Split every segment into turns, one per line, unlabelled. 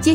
接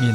面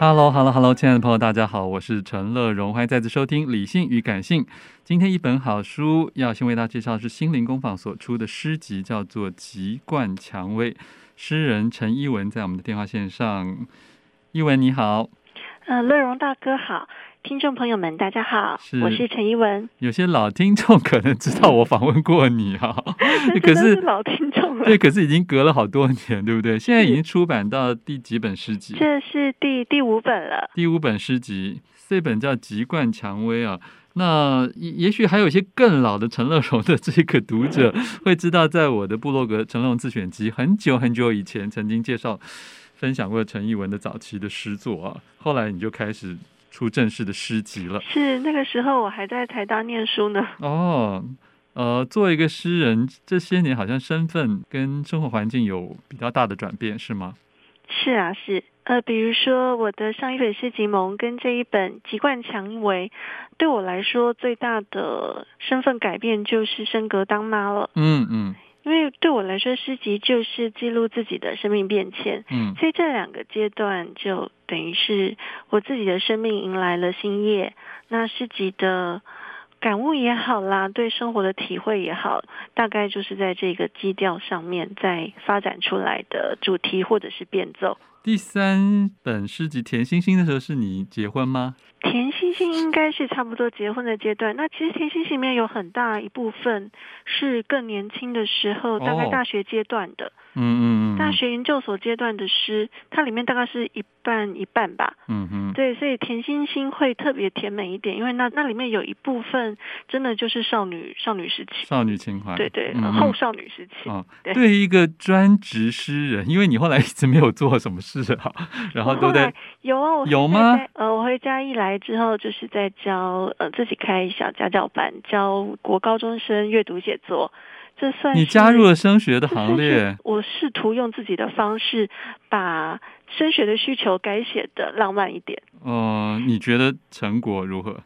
Hello，Hello，Hello，亲爱的朋友，大家好，我是陈乐荣，欢迎再次收听《理性与感性》。今天一本好书，要先为大家介绍的是心灵工坊所出的诗集，叫做《籍贯蔷薇》，诗人陈一文在我们的电话线上。一文你好，
呃，乐荣大哥好，听众朋友们大家好，
是
我是陈一文，
有些老听众可能知道我访问过你哈、
这
哎可
真的
是
是老听众了
对，，可是已经隔了好多年，对不对？现在已经出版到第几本诗集？
这是第第五本了，
第五本诗集，这本叫《籍贯蔷薇》啊。那也也许还有一些更老的陈乐融的这个读 者会知道，在我的部落格《陈乐融自选集》很久很久以前曾经介绍、分享过陈逸文的早期的诗作啊。后来你就开始出正式的诗集了
是那个时候我还在台大念书呢，
哦。呃，作为一个诗人，这些年好像身份跟生活环境有比较大的转变，是吗？
是啊是，呃，比如说我的上一本是《集盟》，跟这一本《籍贯蔷薇》，对我来说最大的身份改变就是升格当妈了，
嗯嗯
因为对我来说诗集就是记录自己的生命变迁，
嗯
所以这两个阶段就等于是我自己的生命迎来了新页，那诗集的感悟也好啦，对生活的体会也好，大概就是在这个基调上面再发展出来的主题或者是变奏。
第三本诗集《甜星星》的时候，是你结婚吗？
甜星星应该是差不多结婚的阶段，那其实甜星星里面有很大一部分是更年轻的时候，大概
哦
大学阶段的、
嗯嗯嗯，
大学研究所阶段的诗，它里面大概是一半一半吧。
嗯哼，
对，所以甜心心会特别甜美一点，因为那那里面有一部分真的就是少女少女时期，
少女情怀，
对对，
嗯
呃后少女时期。
哦，
对
对于一个专职诗人，因为你后来一直没有做什么事啊，然后
我后
都
来
在
有啊，我
有
现在
吗
在？呃，我回家一来之后，就是在教呃自己开小家教班，教国高中生阅读写作，这算
你
是
加入了升学的
这
行
算是
列，
我试图用自己的方式把升学的需求改写的浪漫一点。
哦，你觉得成果如何？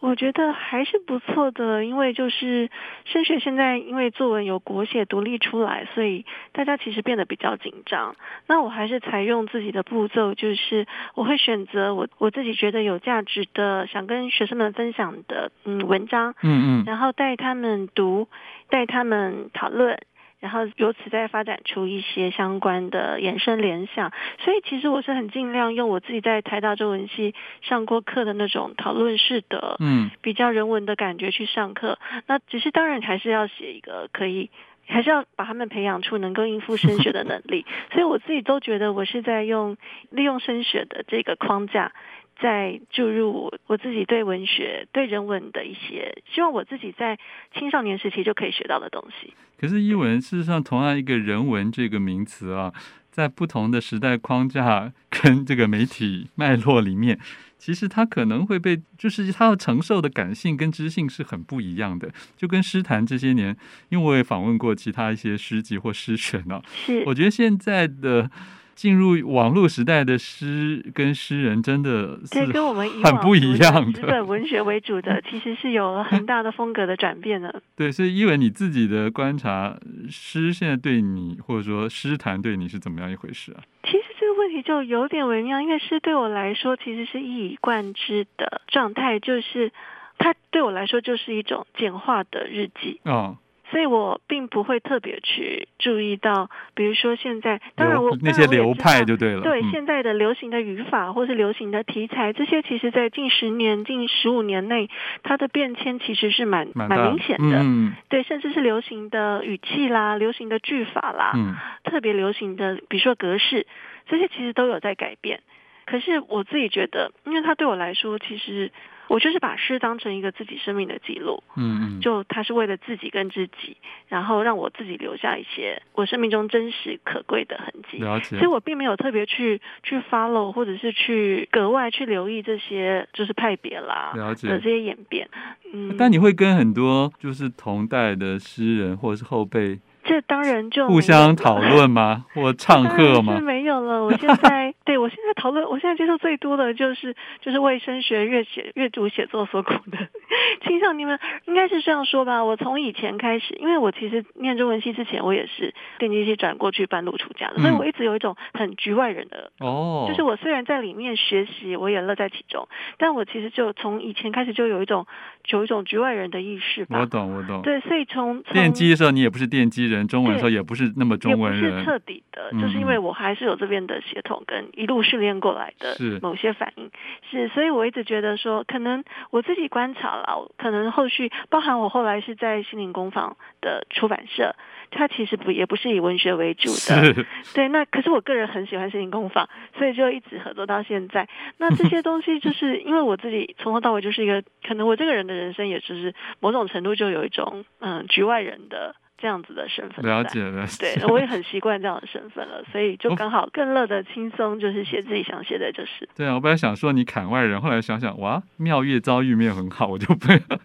我觉得还是不错的，因为就是升学现在因为作文有国写独立出来，所以大家其实变得比较紧张。那我还是采用自己的步骤，就是我会选择我我自己觉得有价值的，想跟学生们分享的嗯文章，
嗯嗯，
然后带他们读，带他们讨论。然后由此再发展出一些相关的衍生联想，所以其实我是很尽量用我自己在台大中文系上过课的那种讨论式的，
嗯，
比较人文的感觉去上课。那只是当然还是要写一个可以，还是要把他们培养出能够应付升学的能 力。所以我自己都觉得我是在用利用升学的这个框架。在注入我我自己对文学、对人文的一些，希望我自己在青少年时期就可以学到的东西。
可是译文事实上同样一个人文这个名词啊，在不同的时代框架跟这个媒体脉络里面，其实它可能会被，就是它要承受的感性跟知性是很不一样的。就跟诗坛这些年，因为我也访问过其他一些诗集或诗选啊，
是
我觉得现在的。进入网络时代的诗跟诗人真的
对，
是
跟我们以
很
往
不一
读的
样
纸
的
本文学为主的，其实是有了很大的风格的转变的。
对，所以一文你自己的观察，诗现在对你或者说诗坛对你是怎么样一回事啊？
其实这个问题就有点微妙，因为诗对我来说其实是一以贯之的状态，就是它对我来说就是一种简化的日记，
哦，
所以我并不会特别去注意到，比如说现在，当然
流
我
那些流派
对
就对了，
对
嗯
现在的流行的语法或是流行的题材，这些其实在近十年、近十五年内，它的变迁其实是蛮
蛮大
明显的，
嗯
对，甚至是流行的语气啦、流行的句法啦，
嗯
特别流行的，比如说格式，这些其实都有在改变。可是我自己觉得，因为它对我来说，其实我就是把诗当成一个自己生命的记录，
嗯嗯，
就它是为了自己跟自己，然后让我自己留下一些我生命中真实可贵的痕迹。
了解
所以。我并没有特别去去 follow 或者是去格外去留意这些就是派别啦
了解
的这些演变。嗯，
但你会跟很多就是同代的诗人或者是后辈
这当然就
互
没有
相
了
讨论吗？或唱和
当然是
吗？
没有了。我现在对我现在讨论，我现在接受最多的就是就是为升学阅写阅读写作所苦的 青少年们，应该是这样说吧。我从以前开始，因为我其实念中文系之前，我也是电机系转过去半路出家的，所以
嗯
我一直有一种很局外人的。
哦，
就是我虽然在里面学习，我也乐在其中，但我其实就从以前开始就有一种有一种局外人的意识
我
吧。
懂我懂。
对，所以从从
电机的时候你也不是电机人，中文的时候也不是那么
嗯也
中
不
文
是
人，
彻底的，
嗯
就是因为我还是有这边的血统跟一路训练过来的
是
某些反应，是，所以我一直觉得说，可能我自己观察了，可能后续包含我后来是在心灵工坊的出版社，它其实不也不是以文学为主的，
是
对，那可是我个人很喜欢心灵工坊，所以就一直合作到现在。那这些东西 就是因为我自己从头到尾就是一个，可能我这个人的人生也就是某种程度就有一种嗯局外人的这样子的身份在。
了解了解。
对，我也很习惯这样的身份了，所以
哦
就刚好更乐得轻松，就是写自己想写的，就是
对啊，我本来想说你砍外人，后来想想，哇，妙月遭遇没有很好，我就不，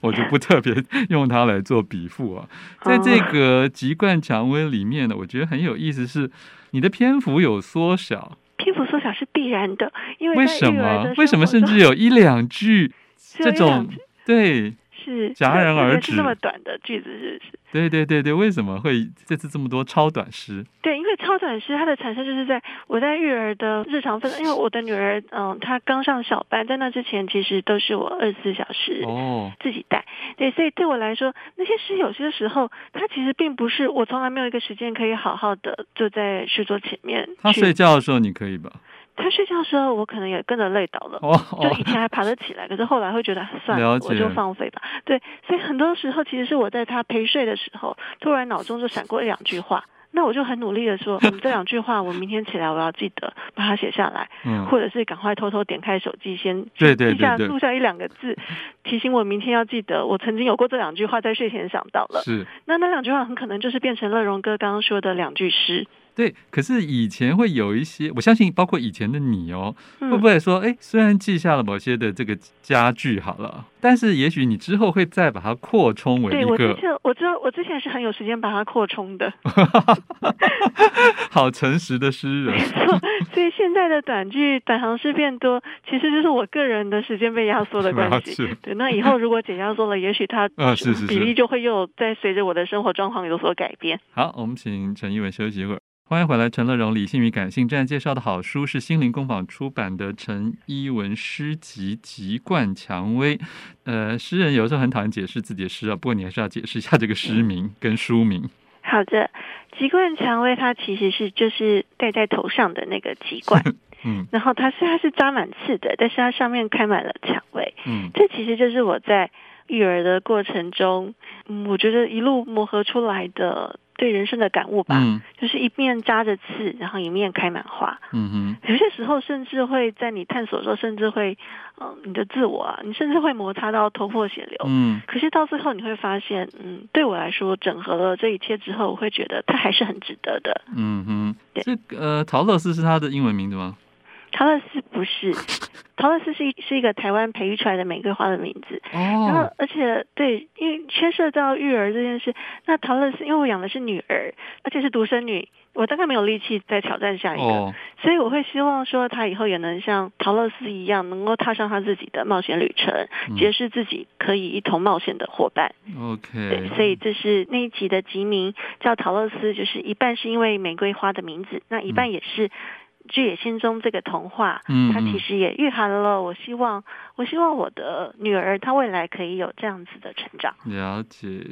我就不 特别用它来做比附啊。
哦
在这个籍贯蔷薇里面呢，我觉得很有意思是，你的篇幅有缩小，
篇幅缩小是必然的，因
为
为在
什
育儿
么
的？
为什么
生
甚
活中
至有一两句
只有
这
一两
种
句？
对
是
戛然而止
是这么短的句子，是不是？
对对对对，为什么会这次这么多超短诗？
对，因为超短诗它的产生就是在我在育儿的日常分，因为我的女儿，嗯，她刚上小班，在那之前其实都是我二十四小时
哦，
自己带。对，所以对我来说，那些诗有些时候，它其实并不是我从来没有一个时间可以好好的坐在书桌前面去。
他睡觉的时候你可以吧？
他睡觉的时候，我可能也跟着累倒了。
哦哦
就以，前还爬得 起来，可是后来会觉得算
了
了，
解
我就放飞吧。对，所以很多时候其实是我在他陪睡的时候，突然脑中就闪过一两句话，那我就很努力的 说，嗯，这两句话我明天起来我要记得把它写下来，
嗯，
或者是赶快偷偷点开手机先
对对
记下
对对
录下一两个字，提醒我明天要记得，我曾经有过这两句话在睡前想到了。
是。
那那两句话很可能就是变成乐荣哥刚刚说的两句诗。
对，可是以前会有一些，我相信包括以前的你哦，
嗯、
会不会说，哎，虽然记下了某些的这个佳句好了，但是也许你之后会再把它扩充为
对
一
我之
个，
前我知道我之前是很有时间把它扩充的，
好诚实的诗人。
所以现在的短句短行诗变多，其实就是我个人的时间被压缩的
了
关
解
系。对，那以后如果解压缩了，也许它
啊是是是
比例就会又在随着我的生活状况有所改变。
好，我们请陈一文休息一会儿。欢迎回来，陈乐荣《理性与感性》站介绍的好书是心灵工坊出版的陈一文诗集《籍贯蔷薇》。呃，诗人有时候很讨厌解释自己的诗啊，不过你还是要解释一下这个诗
嗯
名跟书名。
好的，籍贯蔷薇它其实是就是戴在头上的那个籍贯，
嗯
然后它虽然是扎满刺的，但是它上面开满了蔷薇。
嗯
这其实就是我在育儿的过程中，嗯，我觉得一路磨合出来的对人生的感悟吧，
嗯
就是一面扎着刺，然后一面开满花。
嗯哼
有些时候，甚至会在你探索的时候，甚至会，嗯、你的自我啊，你甚至会摩擦到头破血流。
嗯
可是到最后，你会发现，嗯，对我来说，整合了这一切之后，我会觉得它还是很值得的。
嗯哼，
对
这个呃，陶乐斯是他的英文名字吗？
陶乐斯不是，陶乐斯是一是一个台湾培育出来的玫瑰花的名字。然后
哦，，
而且对，因为牵涉到育儿这件事，那陶乐斯因为我养的是女儿，而且是独生女，我大概没有力气再挑战下一个，
哦，
所以我会希望说她以后也能像陶乐斯一样，能够踏上她自己的冒险旅程，
嗯
结识自己可以一同冒险的伙伴。对，所
OK，
以这是那一集的集名叫陶乐斯，就是一半是因为玫瑰花的名字，那一半也是《巨野仙踪》这个童话。
嗯
它
嗯
其实也蕴含了我希望，我希望我的女儿她未来可以有这样子的成长。
了解，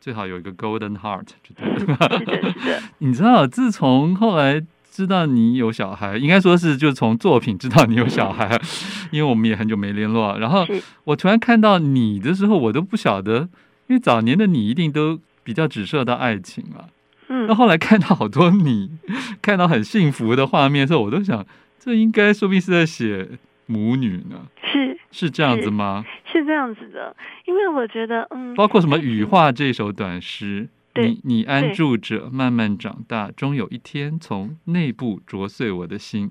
最好有一个 Golden Heart 就对了。
是的，是 的，
你知道，自从后来知道你有小孩，应该说是就从作品知道你有小孩， 因为我们也很久没联络。然后
嗯是
我突然看到你的时候，我都不晓得，因为早年的你一定都比较只涉到爱情了。那
嗯，
后来看到好多你看到很幸福的画面的时候，我都想，这应该说不定是在写母女呢，
是
是这样子
是
吗？
是这样子的，因为我觉得，嗯，
包括什么《羽
爱情
化》这首短诗，
对
你你安
对
住着，慢慢长大，终有一天从内部啄碎我的心。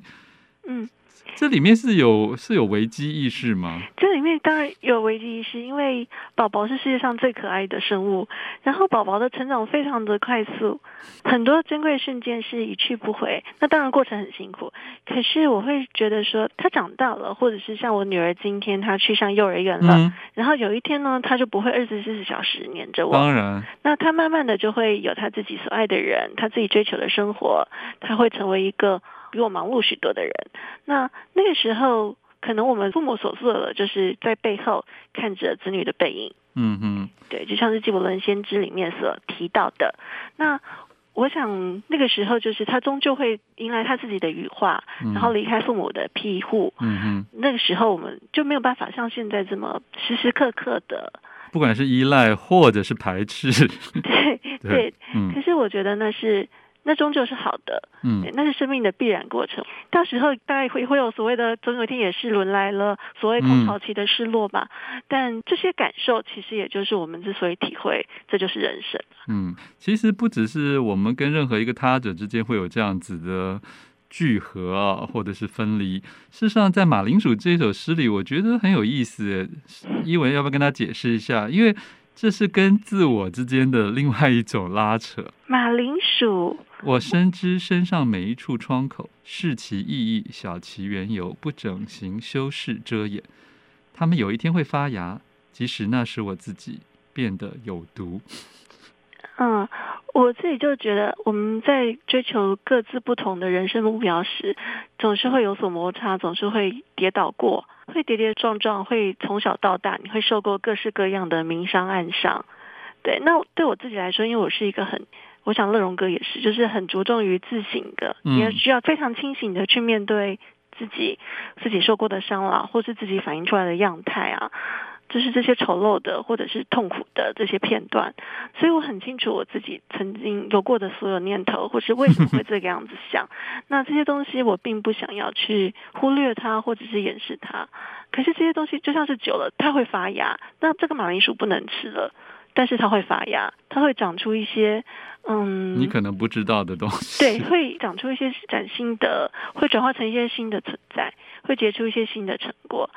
嗯，
这里面是有是有危机意识吗？
这里面当然有危机意识，因为宝宝是世界上最可爱的生物，然后宝宝的成长非常的快速，很多珍贵瞬间是一去不回。那当然过程很辛苦，可是我会觉得说，他长大了，或者是像我女儿今天她去上幼儿园了，
嗯，
然后有一天呢，她就不会二十四小时黏着我，
当然，
那她慢慢的就会有她自己所爱的人，她自己追求的生活，她会成为一个比我忙碌许多的人。那那个时候，可能我们父母所做的就是在背后看着子女的背影，
嗯哼，
对，就像是《纪伯伦先知》里面所提到的。那我想那个时候，就是他终究会迎来他自己的羽化，
嗯
然后离开父母的庇护。
嗯哼，
那个时候，我们就没有办法像现在这么时时刻刻 的，
不管是依赖或者是排斥，
对
对
对。
嗯
可是我觉得那是。那终究是好的，对
嗯
那是生命的必然过程。到时候大概会会有所谓的，总有一天也是轮来了所谓空巢期的失落吧。
嗯
但这些感受其实也就是我们之所以体会，这就是人生。
嗯。其实不只是我们跟任何一个他者之间会有这样子的。聚合啊，或者是分离。事实上，在《马铃薯》这首诗里，我觉得很有意思。伊文要不要跟他解释一下？因为这是跟自我之间的另外一种拉扯。
马铃薯，
我深知身上每一处窗口，视其意义，晓其缘由，不整形修饰遮掩，它们有一天会发芽，即使那时我自己变得有毒。
嗯，我自己就觉得我们在追求各自不同的人生目标时，总是会有所摩擦，总是会跌倒过，会跌跌撞撞，会从小到大，你会受过各式各样的明伤暗伤。对，那对我自己来说，因为我是一个很，我想乐荣哥也是，就是很着重于自省的，
嗯
你也需要非常清醒的去面对自己自己受过的伤啦，或是自己反映出来的样态啊，就是这些丑陋的或者是痛苦的这些片段。所以我很清楚我自己曾经有过的所有念头，或是为什么会这个样子想。那这些东西我并不想要去忽略它，或者是掩饰它。可是这些东西就像是久了，它会发芽。那这个马铃薯不能吃了，但是它会发芽，它会长出一些，嗯，
你可能不知道的东西。
对，会长出一些崭新的，会转化成一些新的存在，会结出一些新的成果。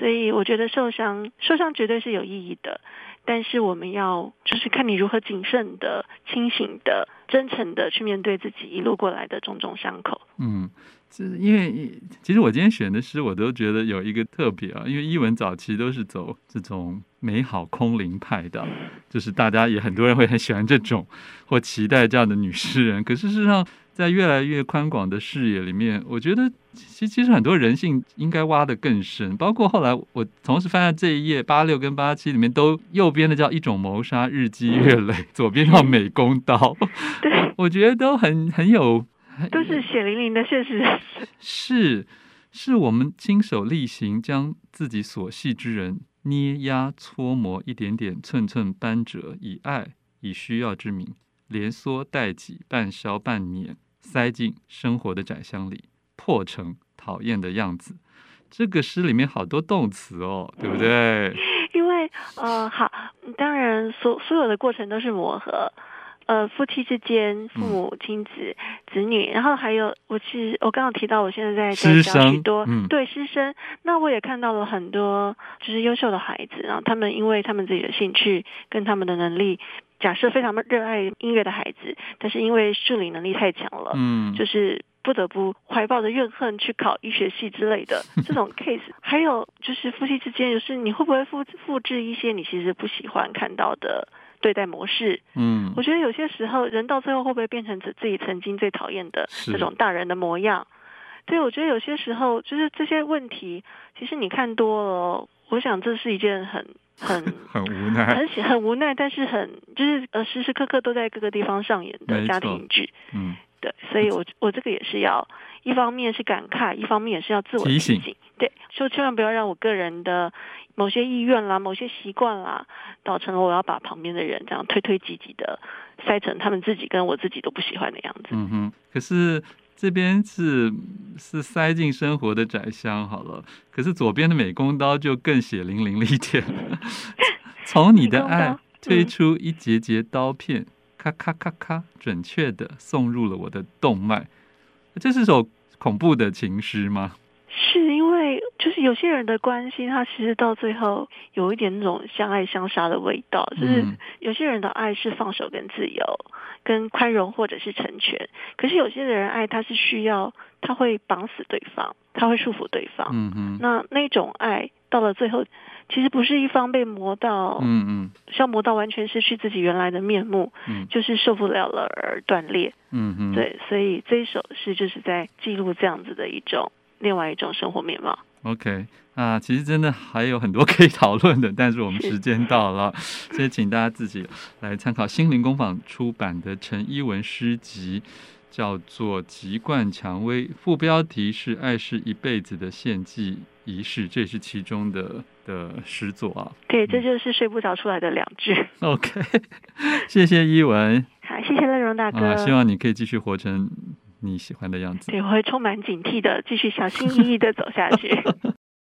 所以我觉得受伤，受伤绝对是有意义的，但是我们要就是看你如何谨慎的、清醒的、真诚的去面对自己一路过来的种种伤口。
嗯，这因为其实我今天选的诗，我都觉得有一个特别啊，因为伊文早期都是走这种美好空灵派的，啊就是大家也很多人会很喜欢这种或期待这样的女诗人。可是事实上，在越来越宽广的视野里面，我觉得其其实很多人性应该挖得更深。包括后来我同时翻到这一页八六跟八七里面，都右边的叫一种谋杀，日积月累；左边叫美工刀，
对，
我觉得都很很有。很
都是血淋淋的现实。
是，是我们亲手力行，将自己所系之人捏压搓磨，一点点寸寸扳折，以爱以需要之名，连缩带挤，半消半碾，塞进生活的窄箱里，破成讨厌的样子。这个诗里面好多动词哦，对不对？
因为呃，好，当然所所有的过程都是磨合。呃夫妻之间、
嗯
父母亲子、子女，然后还有我其实我刚刚提到，我现在在在教许
师生
多、
嗯
对师生，那我也看到了很多就是优秀的孩子，然后他们因为他们自己的兴趣跟他们的能力，假设非常热爱音乐的孩子，但是因为数理能力太强了，
嗯，
就是不得不怀抱着怨恨去考医学系之类的
嗯
这种 case，还有就是夫妻之间，就是你会不会复复制一些你其实不喜欢看到的对待模式？
嗯
我觉得有些时候人到最后会不会变成自自己曾经最讨厌的
是
这种大人的模样？对，我觉得有些时候就是这些问题，其实你看多了，我想这是一件很 很
很无奈，嗯
很喜很无奈，但是很就是呃时时刻刻都在各个地方上演
没
的家
错
庭剧。
嗯，
对，所以我我这个也是要，一方面是感慨，一方面也是要自我
提
提
醒
对，就千万不要让我个人的某些意愿啦、某些习惯啦，导成了我要把旁边的人这样推推挤挤的塞成他们自己跟我自己都不喜欢的样子。
嗯哼，可是这边是是塞进生活的窄箱好了，可是左边的美工刀就更血淋淋了 一点了。从你的
美工
爱
刀嗯
推出一节节刀片，咔咔咔咔，准确的送入了我的动脉。这是首恐怖的情诗吗？
是因为就是有些人的关系，他其实到最后有一点那种相爱相杀的味道，就是
嗯
有些人的爱是放手跟自由、跟宽容或者是成全，可是有些人爱他是需要，他会绑死对方，他会束缚对方。
嗯哼，
那那种爱到了最后，其实不是一方被磨到、
嗯嗯
消磨到完全失去自己原来的面目，
嗯
就是受不了了而断裂。
嗯哼，。
对，所以这一首诗就是在记录这样子的一种另外一种生活面貌。
OK 啊，其实真的还有很多 可以讨论的，但是我们
是
时间到了，所以请大家自己来参考心灵工坊出版的陈一文诗集，叫做《籍贯蔷薇》，副标题是“爱是一辈子的献祭仪式”，这也是其中的的诗作啊。
对，这就是睡不着出来的两句。
OK，谢谢一文
好，谢谢乐荣大哥。
啊，希望你可以继续活成你喜欢的样子。
对，我会充满警惕的，继续小心翼翼的走下去。